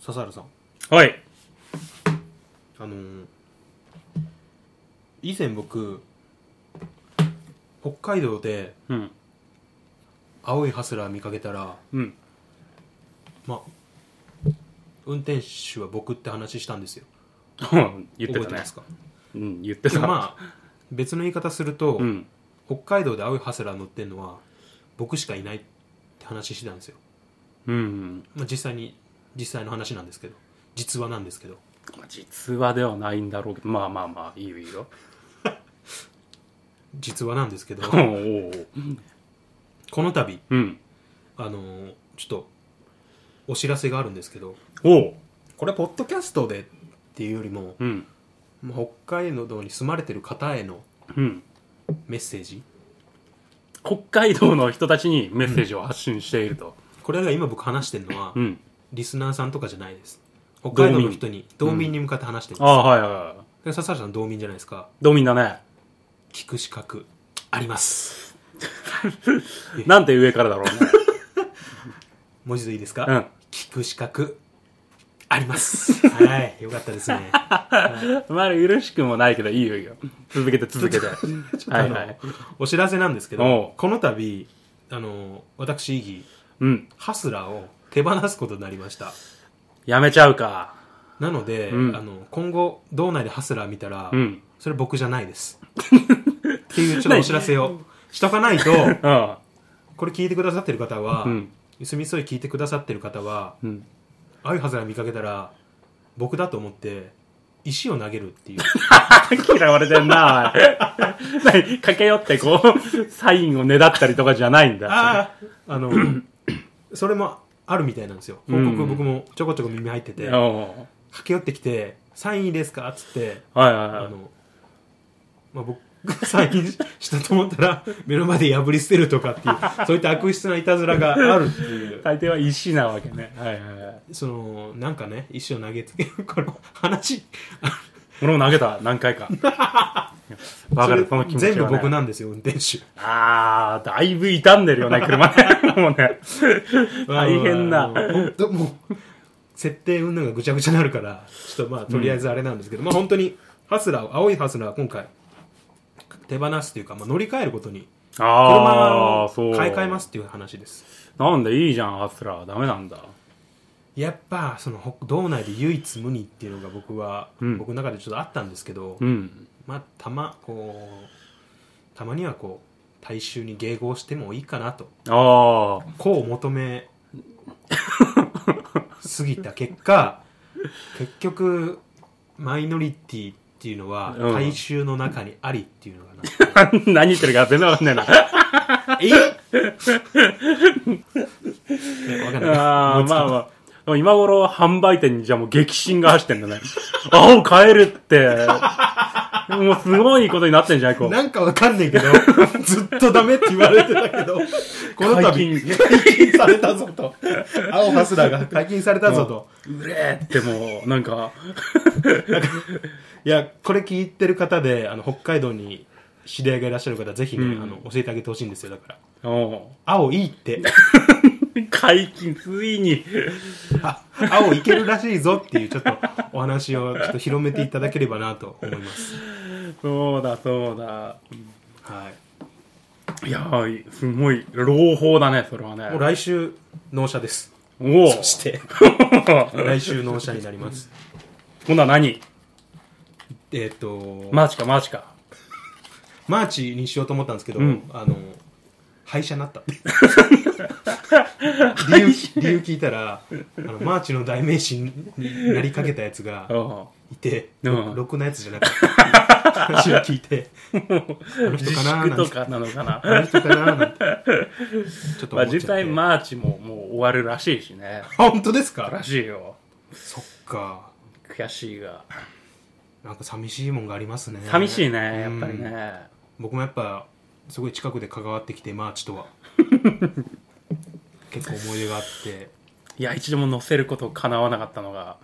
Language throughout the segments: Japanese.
笹原さんはい。あのー以前僕北海道でうん。青いハスラー見かけたらうん。 まあ運転手は僕って話したんですよ言って覚えたてまねす。かうん、言ってでた。もまあ別の言い方すると、うん。北海道で青いハスラー乗ってんのは僕しかいないって話してたんですよ、うん。まあ、実際に実際の話なんですけど実話なんですけどまあ実話ではないんだろうけど、まあまあまあ、いいよいいよ。実話なんです けど おうおうこの度うん。あのーちょっとお知らせがあるんですけどおうこれポッドキャストでっていうよりも、うん。まあ北海道に住まれてる方へのうん。メッセージ北海道の人たちにメッセージを発信していると。これが今僕話してるのは、うん。リスナーさんとかじゃないです北海道の人に道道民民に向かって話してるんあです、あ、はいはいはで笹原さん道民じゃないですかい。道民だね。聞く資格あります なんて上からだろうね。文字でいいですか、うん。 聞く資格ありますはいよかったですねまあ、許しくもないけど、いいよいいよ。続けて続 けて。はいはい。お知らせなんですけおうどこの度あの私意義うん。ハスラーを手放すことになりましたやめちゃうか。なので、うんあの今後道内でハスラー見たら、うん。それ僕じゃないです っていうちょっとお知らせをしとかないとうん。これ聞いてくださってる方は、うん。住み添い聞いてくださってる方はうん。あいハズラ見かけたら僕だと思って石を投げるっていう 嫌われてんなおい 何駆け寄ってこう、サインをねだったりとかじゃないんだ。ああのそれもあるみたいなんですよ報うん告僕もちょこちょこ耳入ってて、お駆うけ寄ってきて「サインいいですか?」っつってはいはいあはい。の、まあ、僕 サインしたと思ったら目の前で破り捨てるとかっていうそういった悪質ないたずらがあるって いう大抵は石なわけね。はいはいはい。そのなんかね石を投げつけるこの話俺も投げた、何回か。 わかる、この気持ち、ね。全部僕。なんですよ運転手あー、だいぶ傷んでるよね、車ね。もうね。 大変なまあまあまあ本当もう、設定云々がぐちゃぐちゃになるから、ちょっとまあ、とりあえずあれなんですけど、まあ本当に、ハスラーを、青いハスラーは今回、手放すというか、まあ乗り換えることに、車あをー、そう。買い替えますっていう話です。なんでいいじゃん、ハスラー。ダメなんだ。やっぱ、その、ほ道内で唯一無二っていうのが僕は、うん僕の中でちょっとあったんですけど、うん。まあ、たま、こう、たまにはこう、大衆に迎合してもいいかなと、あー。 こう求めすぎた結 果結局マイノリティっていうのはうん大衆の中にありっていうの がな、何言ってるか全然わかんないな。え えわかんないああ、まあまあ。でも今頃販売店にじゃあもう激震が走ってんだね。 青買えるって。もうすごいことになってんじゃないこう。なんかわかんないけど ずっとダメって言われてたけどこの度解禁解禁されたぞと青ハスラー が解禁されたぞとうれーってもう、なんか、いやこれ聞いてる方であの北海道に知り合いがいらっしゃる方ぜひね、うんあの教えてあげてほしいんですよだから お青いいって う解禁、ついに。あ青いけるらしいぞっていうちょっとお話をちょっと広めていただければなと思います。そうだ、そうだ。はい。いやー、すごい、朗報だね、それはもうね。来週納車です。おお。そして 来週納車になります。今度は何えっ、と、マーチか、マーチか。マーチにしようと思ったんですけど、うんあの廃車にな った。理由理由聞いたらあのマーチの代名詞になりかけたやつ がうん。いて、うんろくなやつじゃなか ったっていう話を聞いて、あの人自かなーな粛んとて。かなのかな。あの人かなーなんてちょっと思まあっちゃって実際、マーチももう終わるらしいしね。あ本当ですからしいよ。そっか悔しいが。なんか寂しいもんがありますね寂しいね、やっぱりうんね。僕もやっぱすごい近くで関わってきてマーチと は結構思い出があっていや、一度も乗せること叶わなかったのが、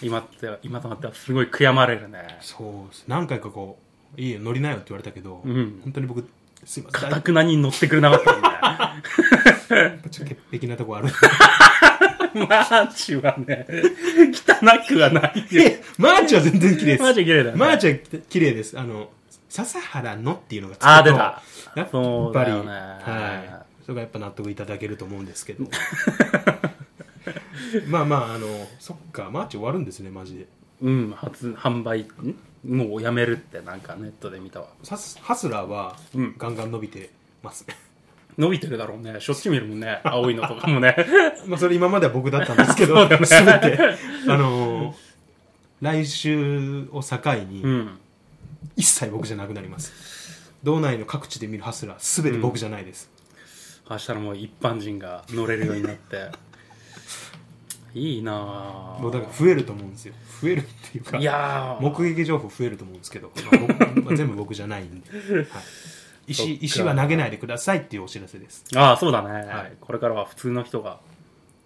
今って、今となってはすごい悔やまれるね。そうです何回かこう「いいよ乗りなよ」って言われたけど、うん本当に僕すいませんかたくなに乗ってくれなかったんだよ。ちょっと潔癖なとこある マーチはね、汚くはないよ。 えマーチは全然綺麗です。マーチは綺麗だよねマーチは綺麗です。あの、笹原のっていうのがつくとあー出たやっぱり、そうだよねはい。それがやっぱ納得いただけると思うんですけど。 まあまあ、あの、そっか、マーチ終わるんですね、マジで。うん、初、販売、んもうやめるってなんかネットで見たわ。ハスハスラーはうんガンガン伸びてます。伸びてるだろうね。しょっちゅう見るもんね。青いのとかもね。 まあそれ今までは僕だったんですけど、そうだねすべて、あのー来週を境うにん。一切僕じゃなくなります。道内の各地で見るハスラー、すべて僕じゃないです。明日のもう一般人が乗れるようになって。いいなぁ。もうだから増えると思うんですよ。増えるっていうか、いやー目撃情報増えると思うんですけど、まあ僕まあ全部僕じゃないんで、はい石。そっか石は投げないでくださいっていうお知らせです。ああ、そうだね、はいこれからは普通の人が、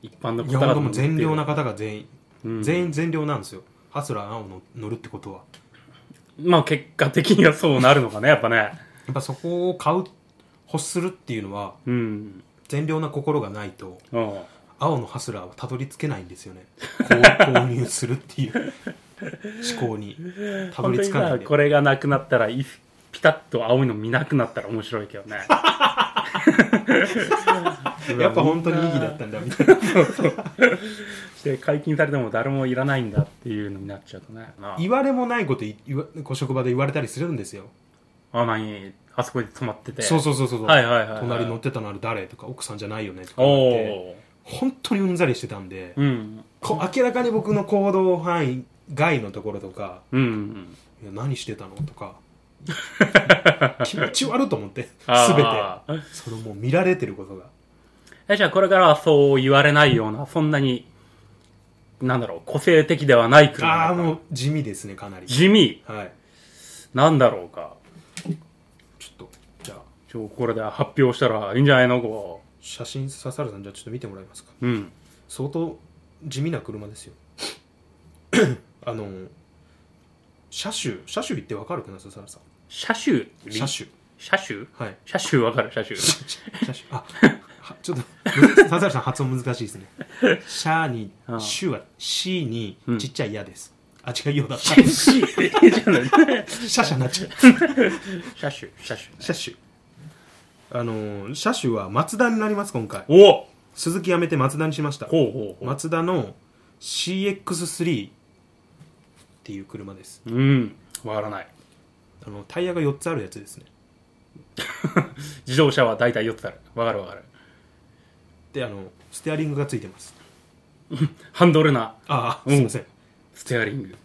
一般のい方や、々本当もう全量な乗って方が全員、うん全員全量なんですよ。ハスラー青の乗るってことは。いるまあ結果的にはそうなるのかね、やっぱね。やっぱそこを買う欲するっていうのはうん。善良な心がないとうん。青のハスラーはたどり着けないんですよね こう購入するっていう思考にたど本り当に着かないさん、でこれがなくなったら、いピタッと青いの見なくなったら面白いけどね。 やっぱ本当に意義だったんだみたいなで解禁されても誰もいらないんだっていうのになっちゃうとね。なあ言われもないことい言わこう職場で言われたりするんですよ、あ、何あそこで止まってて。そうそうそうそう、はいはいはいはい隣乗ってたのあれ誰とか奥さんじゃないよねとか言おってお本当にうんざりしてたんで、ー。うん。こ明らかに僕の行動範囲外のところとかうんうん。いや何してたのと か気持ち悪いと思って全てあーそのもう見られてることがえじゃあこれからはそう言われないような、そんなに、なんだろう、個性的ではない車あだあったもう地味ですねかなり地味はいなんだろうか。ちょっとじゃあちょ、これで発表したらいいんじゃないのこ写真刺さるさんじゃあちょっと見てもらえますかう。うん。相当地味な車ですよ あの車種車種言ってわかるかな笹原さん車種車種車種はい車種わかる車 種。車種あはちょっと笹原さん発音難しいですね「車」に「ああシュは「し」にうんちっちゃい「や」です、あ違うようだ った車種じゃない 車種になっちゃう車種、車種。車種あの車種はマツダになります今回お鈴木やめてマツダにしましたほうほうほマツダの CX3 っていう車ですう。うん。わからない。あのタイヤが4つあるやつですね自動車は大体4つある。わかるわかる。であのステアリングがついてますハンドルな、ああうんすいません、ステアリング。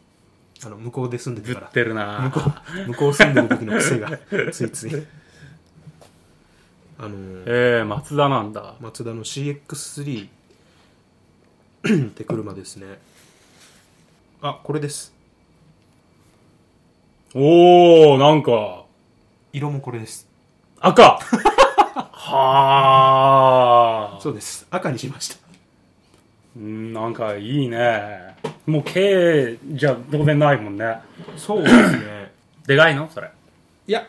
あの向こうで住んでぶるっからてるな向こう向こう住んでる時の 癖がついついあのえー、マツダなんだ。マツダの CX3 って車ですねあこれですおー、なんか、色もこれです赤はそうです赤にしましたー。うんなんかいいね。もう軽じゃ当然ないもんね。そうですねでかいのそれ。いや、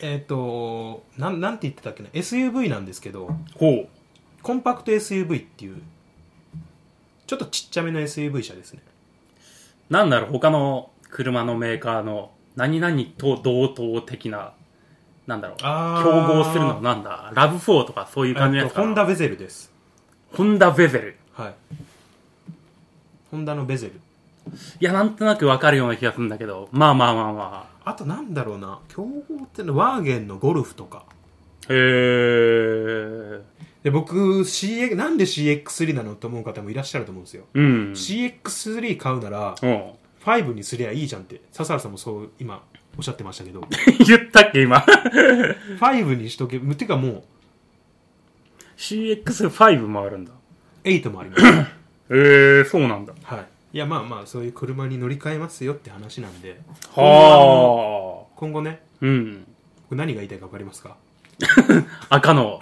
えっ、となん、なんて言ってたっけな、SUV なんですけど、ほう。コンパクト SUV っていう、ちょっとちっちゃめの SUV 車ですね。なんだろう、他の車のメーカーの何々と同等的な、なんだろう、あー競合するのなんだ、ラブ4とかそういう感じのえっやつとかホンな。ダベゼルです。ホンダベゼル。はい。ホンダのベゼル。いや、なんとなくわかるような気がするんだけど、まあまあまあまあ。あとなんだろうな、競合ってのワーゲンのゴルフとか。へー。で、僕、CX、なんで CX3 なのと思う方もいらっしゃると思うんですよ。うん。 CX3 買うなら、うん5にすりゃいいじゃんって、笹原さんもそう、今、おっしゃってましたけど、言ったっけ、今。 5にしとけ、てかもう、 CX5 もあるんだ。 8もあります。えー、そうなんだ。はい、いやまあまあそういう車に乗り換えますよって話なんでは今後ねあ。うん。僕何が言いたいか分かりますか赤の。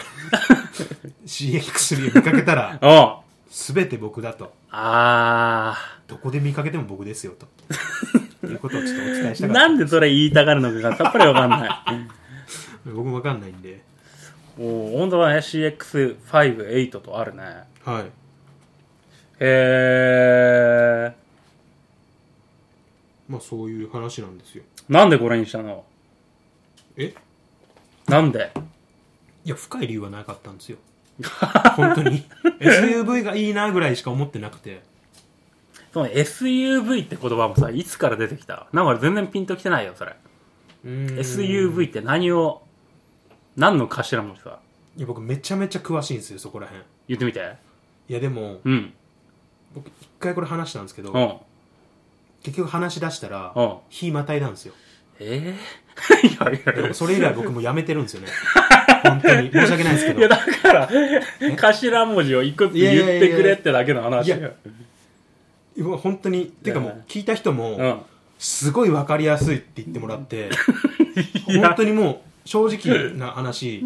CX3 を見かけたら あ全て僕だとあどこで見かけても僕ですよということをちょっとお伝えしたー。かったなんでそれ言いたがるのかがさっぱりわかん ない。僕も分かんないんでおお、本当はね、CX5、8とあるね。はいへえ。まあそういう話なんですよなんでこれにしたのえなんでいや深い理由はなかったんです よ本当に SUV がいいなぐらいしか思ってなくてその SUV って言葉もさ、いつから出てきたなんか全然ピンときてないよ、それ。うーん SUV って何を、何の頭文字さ、いや僕めちゃめちゃ詳しいんですよそこらへんい言ってみて。やでもうん。僕一回これ話したんですけど、うん。結局話し出したら、うん日またいだんです よええ いやいでやいもそれ以来僕もやめてるん ですよね本当に申し訳ないですけや。いどや、だから、頭文字を一個ずつ言ってくれってだけの話。いやいやいや本当にっていうかもう聞いた人も、うん。すごい分かりやすいって言ってもらって いや本当にもう正直な話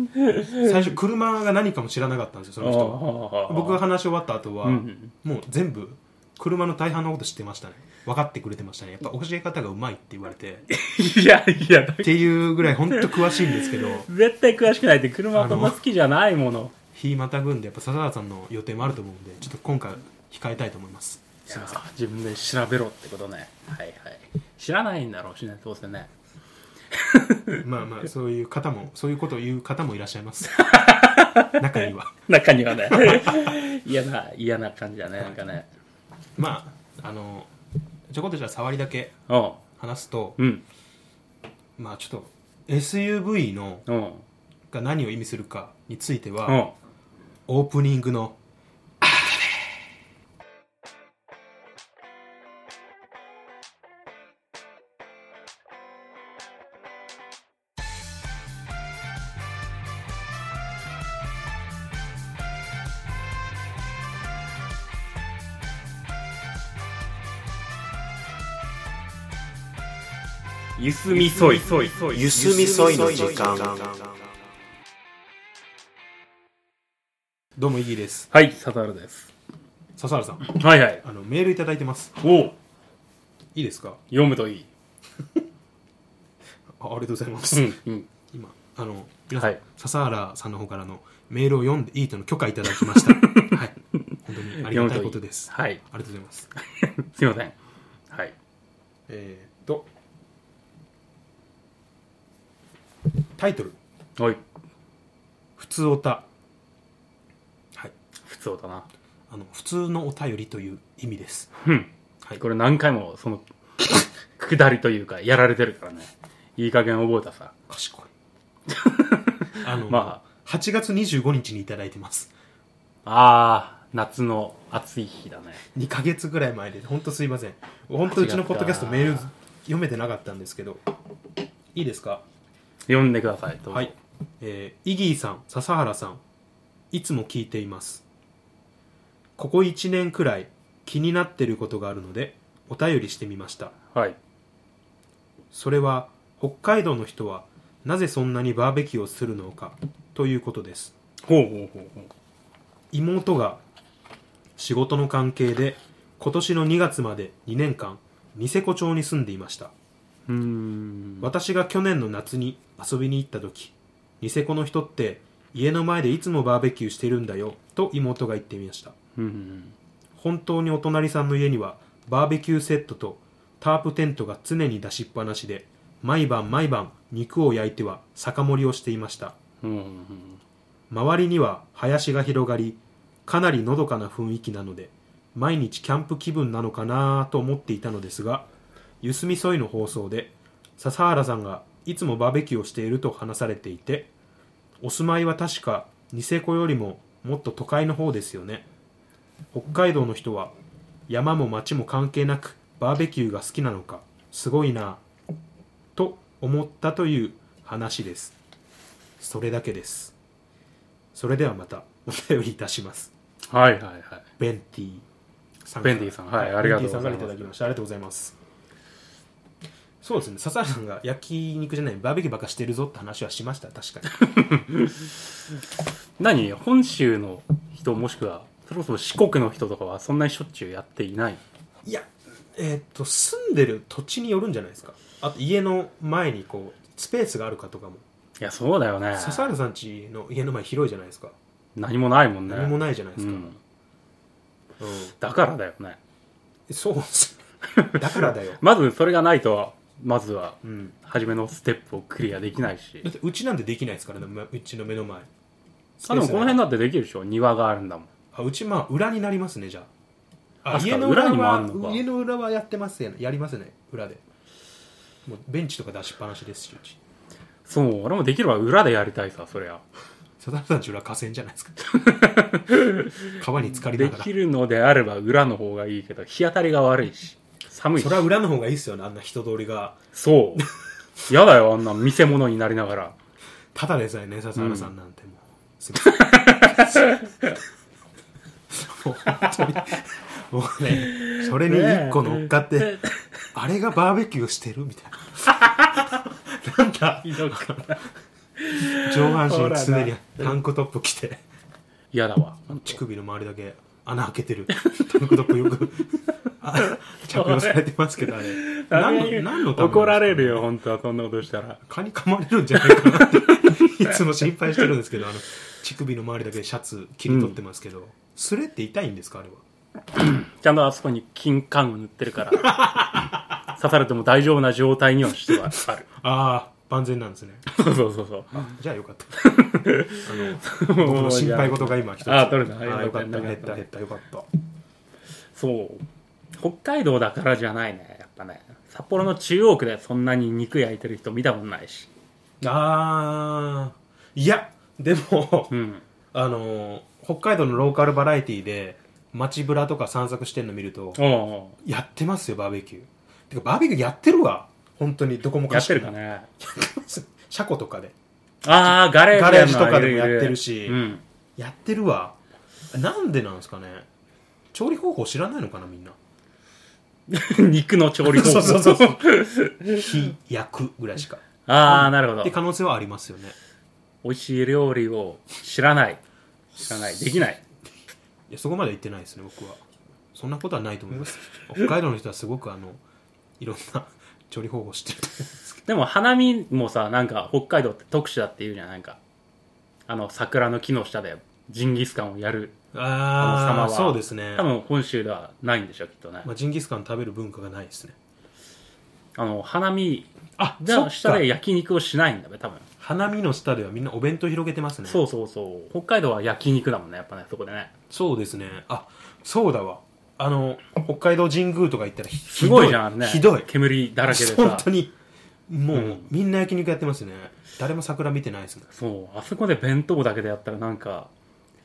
最初車が何かも知らなかったんですよその人は僕が僕話し終わった後は、うんもう全部車の大半のこと知ってましたね分かってくれてましたねやっぱ教え方がうまいって言われてっいやいや、だていうぐらい本当詳しいんですけど絶対詳しくないって車とも好きじゃないもの。日またぐんでやっぱ笹原さんの予定もあると思うんでちょっと今回控えたいと思いますいや自分で調べろってことね。はいはい。知らないんだろうしね、どうせね。まあまあそういう方もそういうことを言う方もいらっしゃいます 中には中にはね。 嫌な、嫌な感じだね、なんかね。まああのちょこっとじゃあ触りだけうん。話すと、うん。まあちょっと SUV のうん。が何を意味するかについては、うん。オープニングのゆすみそい。そいそゆすみそいの時間どうもイギーですはい、サタルです。笹原さんはいはい。あのメールいただいてますおいいですか読むといい。あありがとうございまうす、ん。うん。今あの皆さん、はい笹原さんの方からのメールを読んでいいとの許可いただきました はい本当にありがたいことですあはい。りがとうございます すいません。はい。えー、っとタイトルおい。 「普通おた」はい普通だな。あの普通のお便りという意味ですうん。はいこれ何回も、 その、下りというか、やられてるからね。いい加減覚えたさ。 賢いあの、ま8月25日にいただいてますああー、夏の暑い日だね。 2ヶ月ぐらい前で本当すいません本当うちのポッドキャストメール読めてなかったんですけどいいですか読んでください。どうぞはい。、えーイギーさん笹原さんいつも聞いていますここ1年くらい気になってることがあるのでお便りしてみましたはい。それは北海道の人はなぜそんなにバーベキューをするのかということですほうほうほうほう。妹が仕事の関係で今年の2月まで2年間ニセコ町に住んでいましたうーん。私が去年の夏に遊びに行った時ニセコの人って家の前でいつもバーベキューしてるんだよと妹が言っていましたうん。本当にお隣さんの家にはバーベキューセットとタープテントが常に出しっぱなしで毎晩毎晩肉を焼いては酒盛りをしていましたうんうん。周りには林が広がりかなりのどかな雰囲気なので毎日キャンプ気分なのかなと思っていたのですがゆすみそいの放送で笹原さんがいつもバーベキューをしていると話されていてお住まいは確かニセコよりももっと都会の方ですよね北海道の人は山も町も関係なくバーベキューが好きなのかすごいなぁと思ったという話ですそれだけですそれではまたお便りいたしますはいはいはい。ベンティさベンティさんはいありがとうごベンティざいますさんからいただきましたありがとうございますそうですね笹原さんが焼肉じゃないバーベキューばっかしてるぞって話はしました確かに何本州の人もしくは、それこそ四国の人とかはそんなにしょっちゅうやっていない。いやえーっと住んでる土地によるんじゃないですかあと家の前にこうスペースがあるかとかもいや、そうだよね。笹原さん家の家の前広いじゃないですか何もないもんね。何もないじゃないですか、うんだからだよね。そうっすだからだよ、まずそれがないと、まずは、うん、初めのステップをクリアできないしだ。ってうちなんてできないですからねまうちの目の前あ、でもこの辺のだってできるでしょ庭があるんだもん。あうちまあ裏になりますねじゃああそっ家かの裏裏にもあはんのか家の裏はやってますや,、ね、やりますね裏でもうベンチとか出しっぱなしですしうちそう、俺もできれば裏でやりたいさ、そりゃ。佐々木さんち裏河川じゃない ですか川に浸かりなでがらきるのであれば裏の方がいいけど、日当たりが悪いし、寒いしそ。れは裏の方がいいですよねあんな人通りがそう。やだよ、あんな見せ物になりながら。ただでさえね笹原さんなんてもう、すい ませんもう本当にもうねそれに一個乗っかって、ねあれがバーベキューしてるみたいななんだひどくない上半ほら身な常にタンクトップ着て嫌だわ。乳首の周りだけ穴開けてるタンクトップよくあ着用されてますけどあれ何の何のためなんですか怒られるよ、本当は、そんなことしたら。蚊に噛まれるんじゃないかなっていつも心配してるんですけどあの乳首の周りだけシャツ切り取ってますけど、スレって痛いんですかあれはちゃんとあそこに金管を塗ってるから、 刺されても大丈夫な状態にはしてはある。ああ万全なんですねそうそうそうそう。じゃあよかったあの僕の心配事が今一つあー取れたあーよかったよか減っったた減ったよかったそう。北海道だからじゃないね、やっぱね。札幌の中央区でそんなに肉焼いてる人見たことないし。あーいやでもうん。あのー北海道のローカルバラエティで街ブラとか散策してんの見るとおうおやってますよバーベキューてかバーベキューやってるわ本当にどこもうやかっしこもてるかね。 車庫とかでああ、ガレージガレージとかでもいるいるやってるしうん。 やってるわなんでなんですかね調理方法知らないのかなみんな肉の調理方法。そうそうそう火焼くぐらいしか ああ、なるほどって。可能性はありますよね美味しい料理を知らない。知らない。できない。いやそこまでは言ってないですね僕はそんなことはないと思い ます北海道の人はすごくあのいろんな 調理方法知ってると思うんですけでも花見もさ、なんか北海道って特殊だって言うじゃん。なんか、あの桜の木の下でジンギスカンをやる。どあああの様はそうですね多、分本州ではないんでしょ、きっとねま。あ、ジンギスカン食べる文化がないですねあの、花見あそのっ下かで焼肉をしないんだべ、多分。花見の下ではみんなお弁当広げてますねそうそうそう。北海道は焼肉だもんね、やっぱね、そこでね。そうですねあそうだわあの北海道神宮とか行ったらひすごいじゃん、あれね。ひどい煙だらけで本さ。当にもう、うんみんな焼肉やってますね誰も桜見てないですねそう。あそこで弁当だけでやったらなんか、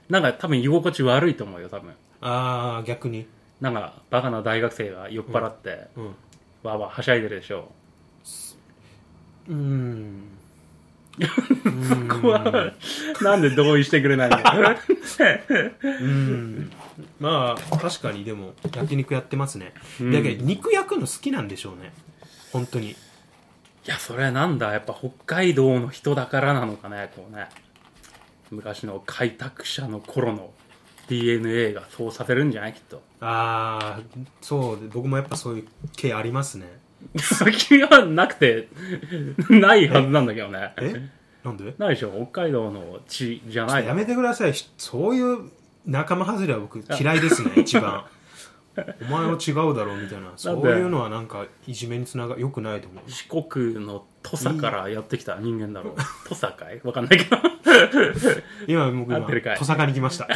なんか多分居心地悪いと思うよ、多分。ああ逆になんか、バカな大学生が酔っ払って、うんわーわーはしゃいでるでしょ。うーん ここは、なんで同意してくれないんだ よ。うんまあ確かにでも焼肉やってますね、うんだけど肉焼くの好きなんでしょうね本当にいや、それなんだ、やっぱ北海道の人だからなのかね、こうね。昔の開拓者の頃の DNA がそうさせるんじゃないきっと。ああそう僕もやっぱそういう系ありますね先はなくて、ないはずなんだけどね。えなんでないでしょ、北海道の地じゃない。やめてくださいひそういう仲間外れは僕嫌いです ね一番お前は違うだろうみたいなそういうのはなんかいじめにつながよくないと思う四国の土佐からやってきた人間だろう。土佐かいわかんないけど。 今僕今合ってるかい戸坂に来ま した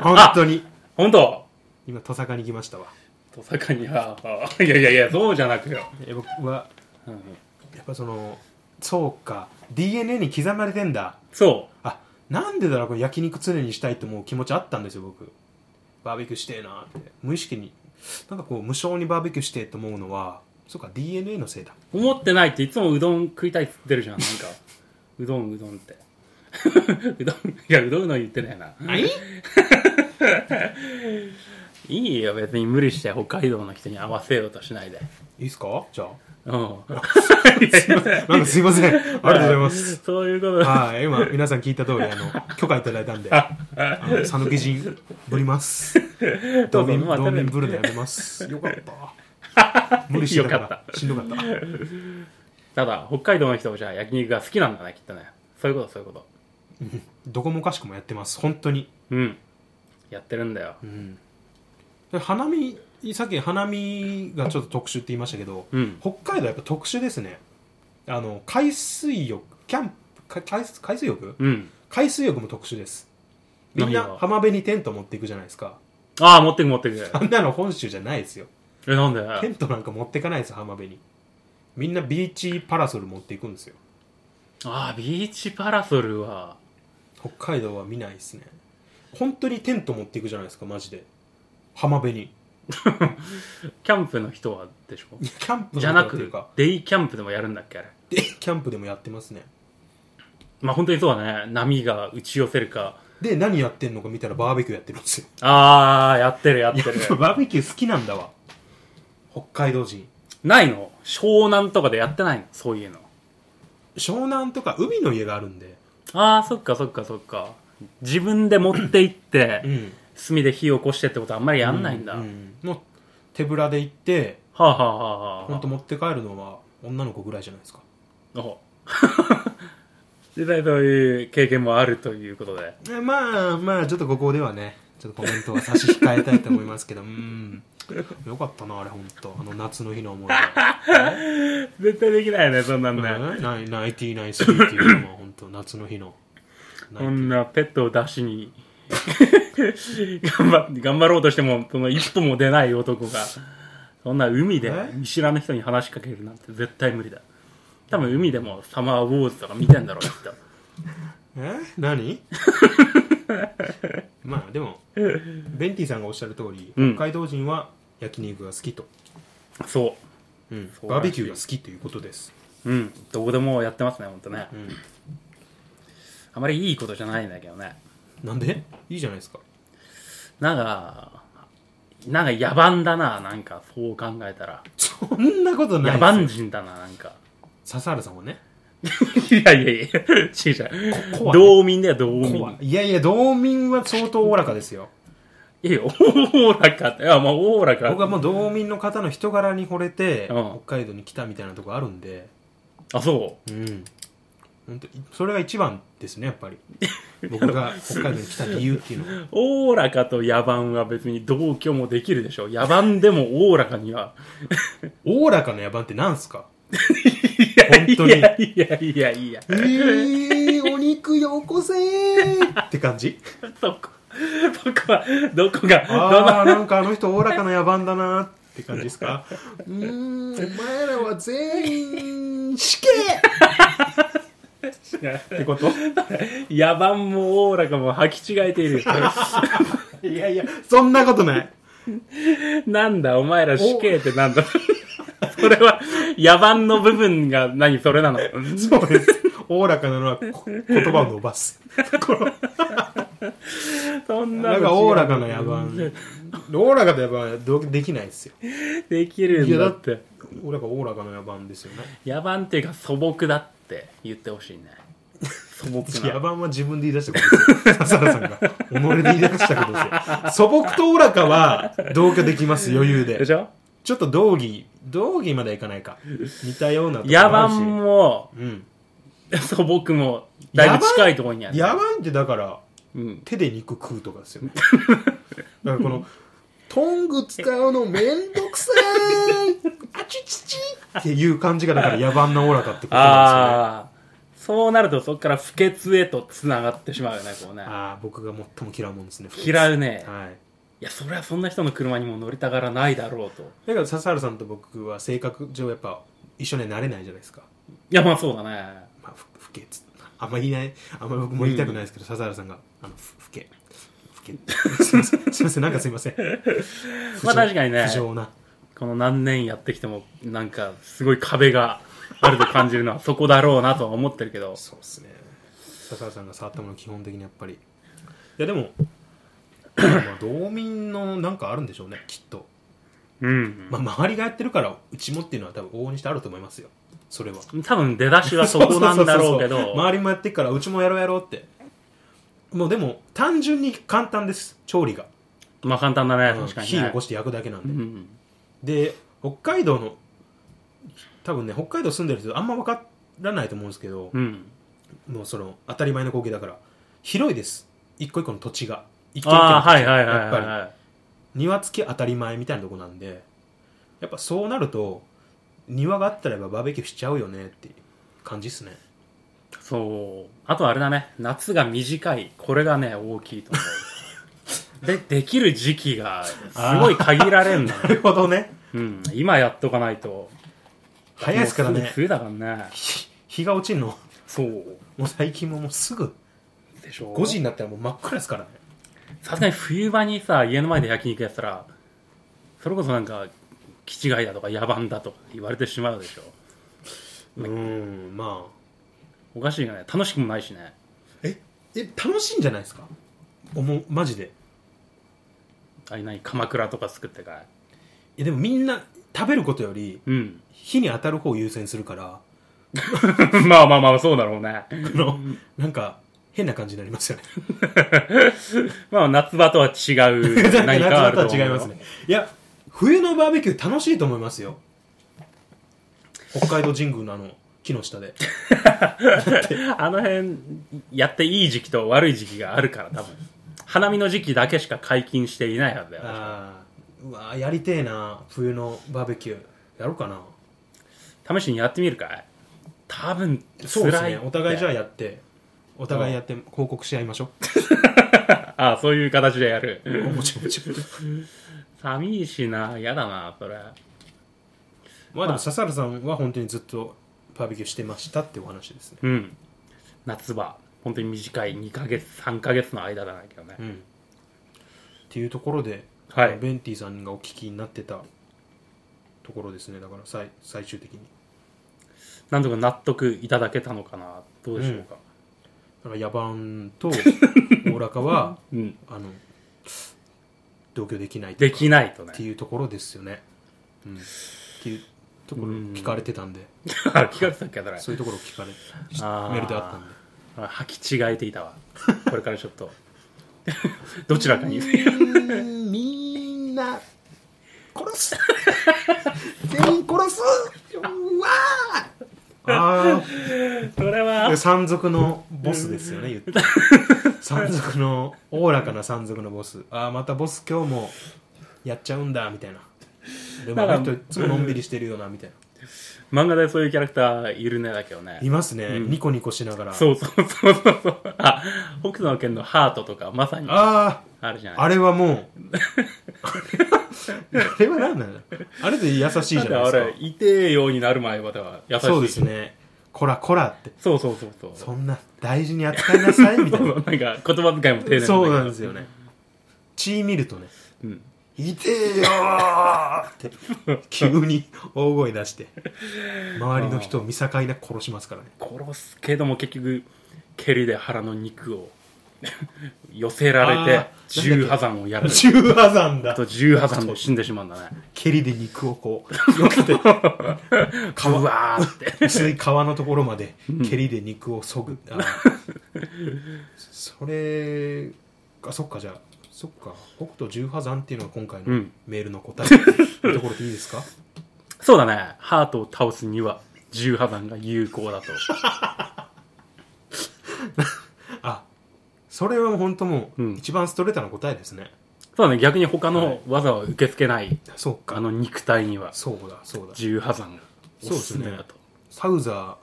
本当に本当今戸坂に来ましたわ土佐かには、あいやいやいや、そうじゃなくよ。え僕はうんやっぱそのそうか DNA に刻まれてんだそあなんでだろうこれ焼肉常にしたいって思う気持ちあったんですよ僕バーベキューしてえなって無意識になんかこう無性にバーベキューしてえって思うのはそうか DNA のせいだう。思ってないっていつもうどん食いたいって言ってるじゃん、なん か。うどん、うどんって。 うどん、いや、うどんうどん言ってないな。はいいいよ、別に無理して北海道の人に合わせようとしないで。いいっすかじゃうん。 いやいやいやあ。なんかすいま せん。ありがとうございます。そういうことはい、今、皆さん聞いた通り、あの、許可いただいたん で、あの、讃岐人、ぶり ます。道どうぞ民、まあ道民ぶるのやめます。よか った。無理してたよかかっら、しんどかった。ただ、北海道の人もじゃあ焼肉が好きなんだね、きっとね。そういうこと、そういうこと。どこもかしくもやってます、本当に。うん。やってるんだよ。うん。で花見さっき花見がちょっと特殊って言いましたけどうん北海道やっぱ特殊ですねあの海水浴キャンプか海水海水浴うん海水浴も特殊ですみん何なが浜辺にテント持っていくじゃないですかああ持ってく持って くあんなの本州じゃないですよえなんでテントなんか持ってかないです浜辺にみんなビーチパラソル持っていくんですよああビーチパラソルは北海道は見ないですね本当にテント持っていくじゃないですかマジで浜辺にキャンプの人はでしょいやキャンプのじゃな人っていくうかデイキャンプでもやるんだっけあれでキャンプでもやってますねまあ本当にそうだね波が打ち寄せるかで何やってんのか見たらバーベキューやってるんですよああやってるやってるいやバーベキュー好きなんだわ北海道人ないの湘南とかでやってないのそういうの湘南とか海の家があるんで、ああそっかそっかそっか自分で持って行って、ん、炭で火を起こしてってことあんまりやんないんだ、うもう手ぶらで行ってはあはあはあはあ本当持って帰るのは女の子ぐらいじゃないですか お実際そういう経験もあるということでえまあまあちょっとここではねちょっとコメントは差し控えたいと思いますけどうん よかったなあれ本当あの夏の日の思い絶対できないよねそんなん出、ね、 ね、ナイナイティナイスリーっていうのは本当夏の日のナイこんなペットを出しに 頑張っ頑張ろうとしてもその一歩も出ない男がそんな海でえ見知らぬ人に話しかけるなんて絶対無理だ多分海でもサマーウォーズとか見てんだろうきっとえ何 まあでもベンティさんがおっしゃる通り、うん北海道人は焼肉が好きと、そうんそうらバしいーベキューが好きということです、ううんどこでもやってますね本当ねうん、あまりいいことじゃないんだけどねなんでいいじゃないですかなんかなんか野蛮だななんかそう考えたらそんなことな野いです蛮よ人だななんか 笹原さんはねいやいやいや違う違うこ怖い道民だよ道民怖いいやいや道民は相当おおらかですよいや、おおらかって。いや、まあ、おおらか。僕はもう道民の方の人柄に惚れて、うん北海道に来たみたいなとこあるんであ、そうん本当それが一番ですねやっぱり僕が北海道に来た理由っていうのは う。おおらかと野蛮は別に同居もできるでしょ。野蛮でもおおらかには。おおらかな野蛮ってなんすかいや本当にいやいやいやいや。えー、お肉よこせーって感じそこ、そこは、どこが、どの、ああなんかあの人おおらかな野蛮だなーって感じですかうーんお前らは全員死刑ってこと野蛮もおおらかも履き違えているよ。いやいやそんなことないなんだ、お前ら死刑ってなんだ。それは、野蛮の部分が何、それなの。そうですおおらかなのはこ言葉を伸ばすそんななの違うんかおおらかな野蛮おおらかと野蛮はどうできないですよできるんだっいて。おおらかおおらかな野蛮ですよね野蛮っていうか素朴だって言ってほしいね素朴野な蛮は自分で言い出したことですよ。 笹原さんが。己で言い出したことですよ。素朴とおおらかは同居できます、余裕ででし。ょちょっと道義、道義まではいかないか。似たようなとこ野もあるし蛮もうん。素朴もだいぶ近いところにある野蛮ってだから、うん手で肉食うとかですよ ね。だからこの、トング使うのめんどくさいあちちちっていう感じがだから野蛮なおおらかってことなんですよね。ああそうなるとそこから不潔へとつながってしまうよねこうねああ、僕が最も嫌うもんですね。嫌うねはい。いやそりゃそんな人の車にも乗りたがらないだろうといだから笹原さんと僕は性格上やっぱ一緒にはなれないじゃないですか、やまあそうだねまあ、ふ不潔あんま言いないあんま僕も言いたくないですけど、笹原さんが「あのふ不潔不 潔すいませんすいませんなんかすいませんまあ確かにね不浄なこの何年やってきてもなんかすごい壁があると感じるのはそこだろうなとは思ってるけどそうですね笹原さんが触ったもの基本的にやっぱりいやでもまあ道民のなんかあるんでしょうねきっと、うんまあ、周りがやってるからうちもっていうのは多分往々にしてあると思いますよそれは多分出だしはそこなんだろうけ どそそそそ周りもやってっからうちもやろうやろうってもうでも単純に簡単です調理が、まあ簡単だね、うん確かに、火ね。起こして焼くだけなんうで、ん。で北海道の多分ね北海道住んでる人あんま分からないと思うんですけど、うん。もうその当たり前の光景だから広いです一個一個の土地が一個一個のああ、土地はいはいはいやっぱりは庭付き当たり前みたいなとこなんでやっぱそうなると庭があったらばバーベキューしちゃうよねっていう感じっすねそうあとあれだね夏が短いこれがね大きいと思うでできる時期がすごい限られんのよな るほどねうん、今やっとかないと早いですからもうねぐ冬だからね日日が落ちるの そうもう最近ももうすぐでしょ5時になったらもう真っ暗ですからねさすがに冬場にさ家の前で焼肉やってたらそれこそなんか気違いだとか野蛮だとか言われてしまうでしょうーんまおかしいよね楽しくもないしねあええ楽しいんじゃないですかおもマジであれ何鎌倉とか作ってかいいやでもみんな食べることよりうん 火に当たる方を優先するからまあまあまあそうだろうねあのなんか変な感じになります よねまあ夏場とは違う 夏何かあ場とはると思う違いますねいや冬のバーベキュー楽しいと思いますよ北海道神宮のあの木の下で あの辺やっていい時期と悪い時期があるから多分花見の時期だけしか解禁していないはずだよあーうわーやりてえな冬のバーベキューやろうかな試しにやってみるかい多分そうです辛いねお互いじゃああやってお互いやって報告し合いましょああそういう形でやうる もちろんもちろん寂いしな嫌だなそれまあでも笹原さんは本当にずっとバーベキューしてましたってお話ですねうん夏場本当に短い2ヶ月3ヶ月の間だなけどね、うんっていうところで、はいベンティさんがお聞きになってたところですねだから最最終的になんとか納得いただけたのかなどうでしょうかだから野蛮 とおおらかはうん、あの同居できないとかできないとねっていうところですよね、うん、っていうところ聞かれてたんで、あ聞かれてたっけそれそういうところ聞かれあーメールであったんであ履き違えていたわこれからちょっと どちらかにみんな殺す全員殺すうわあそれはあ山賊のボスですよね言って山賊のおおらかな山賊のボスああまたボス今日もやっちゃうんだみたいなでもだからあの人いつものんびりしてるよなみたいな漫画でそういうキャラクターいるねだけどねいますね、うんニコニコしながらそうそうそうそうそうあ北斗の拳のハートとかまさにあああるじゃないあれはも うあれは何なのあれで優しいじゃだないってであすかれ痛えようになる前までは優しいそうですねこらこらってそうそうそうそうそんな大事に扱いなさい みたいそうなそうなんか言葉遣いも丁寧だけどそうなんですよね血見るとねうん「痛えよー!」って急に大声出して周りの人を見境なく殺しますから ね殺すけども結局蹴りで腹の肉を 寄せられあてー重破山をやられる中破山だあと重破山で死んでしまうんだね蹴りで肉をこ うよけてうわーって薄い皮のところまで蹴りで肉をそ ぐ、あーそれあそっかじゃあそっか北斗十破山っていうのが今回うのんメールの答えというところでいいですかそうだねハートを倒すには重破山が有効だとあそれは本当もううん一番ストレートな答えですね、そうだね逆に他の技は受け付けないそうあかの肉体にはそうだそうだ重破山がおすすめだとサウザ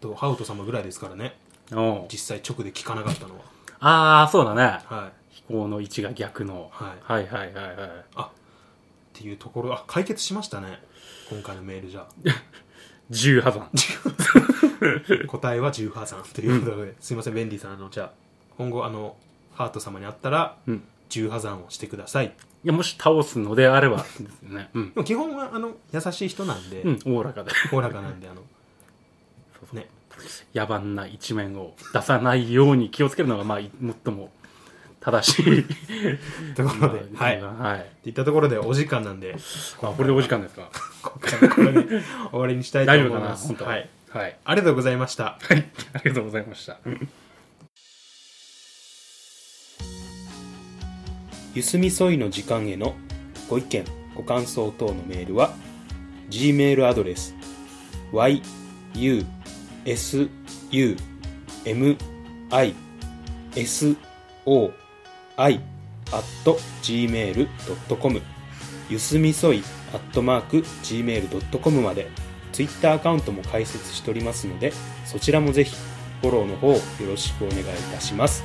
ーとハウト様ぐらいですからねおう実際直で聞かなかったのはああそうだねはいっ飛行の位置が逆の、はいはいはいはいはいていうところあ解決しましたね今回のメールじゃあ重破山答えは十破山ということで、すいませんベンディさんあのじゃあ今後あのハート様に会ったらうん十破山をしてくださいいやもし倒すのであればですよねうんでも基本はあの優しい人なんでうんおおらかでおお、らかなんであのね野蛮な一面を出さないように気をつけるのがまあ最も正しいという ことで、まあはいはいっていったところでお時間なんであこれでお時間ですか今回はこれで終わりにしたいと大思丈い夫かなます本当はい、はい、ありがとうございましたはい、ありがとうございましたゆすみそいの時間へのご意見ご感想等のメールは g メールアドレス y u s u m i s o i gmail.com ゆすみそい gmail.com まで Twitter アカウントも開設しておりますのでそちらもぜひフォローの方よろしくお願いいたします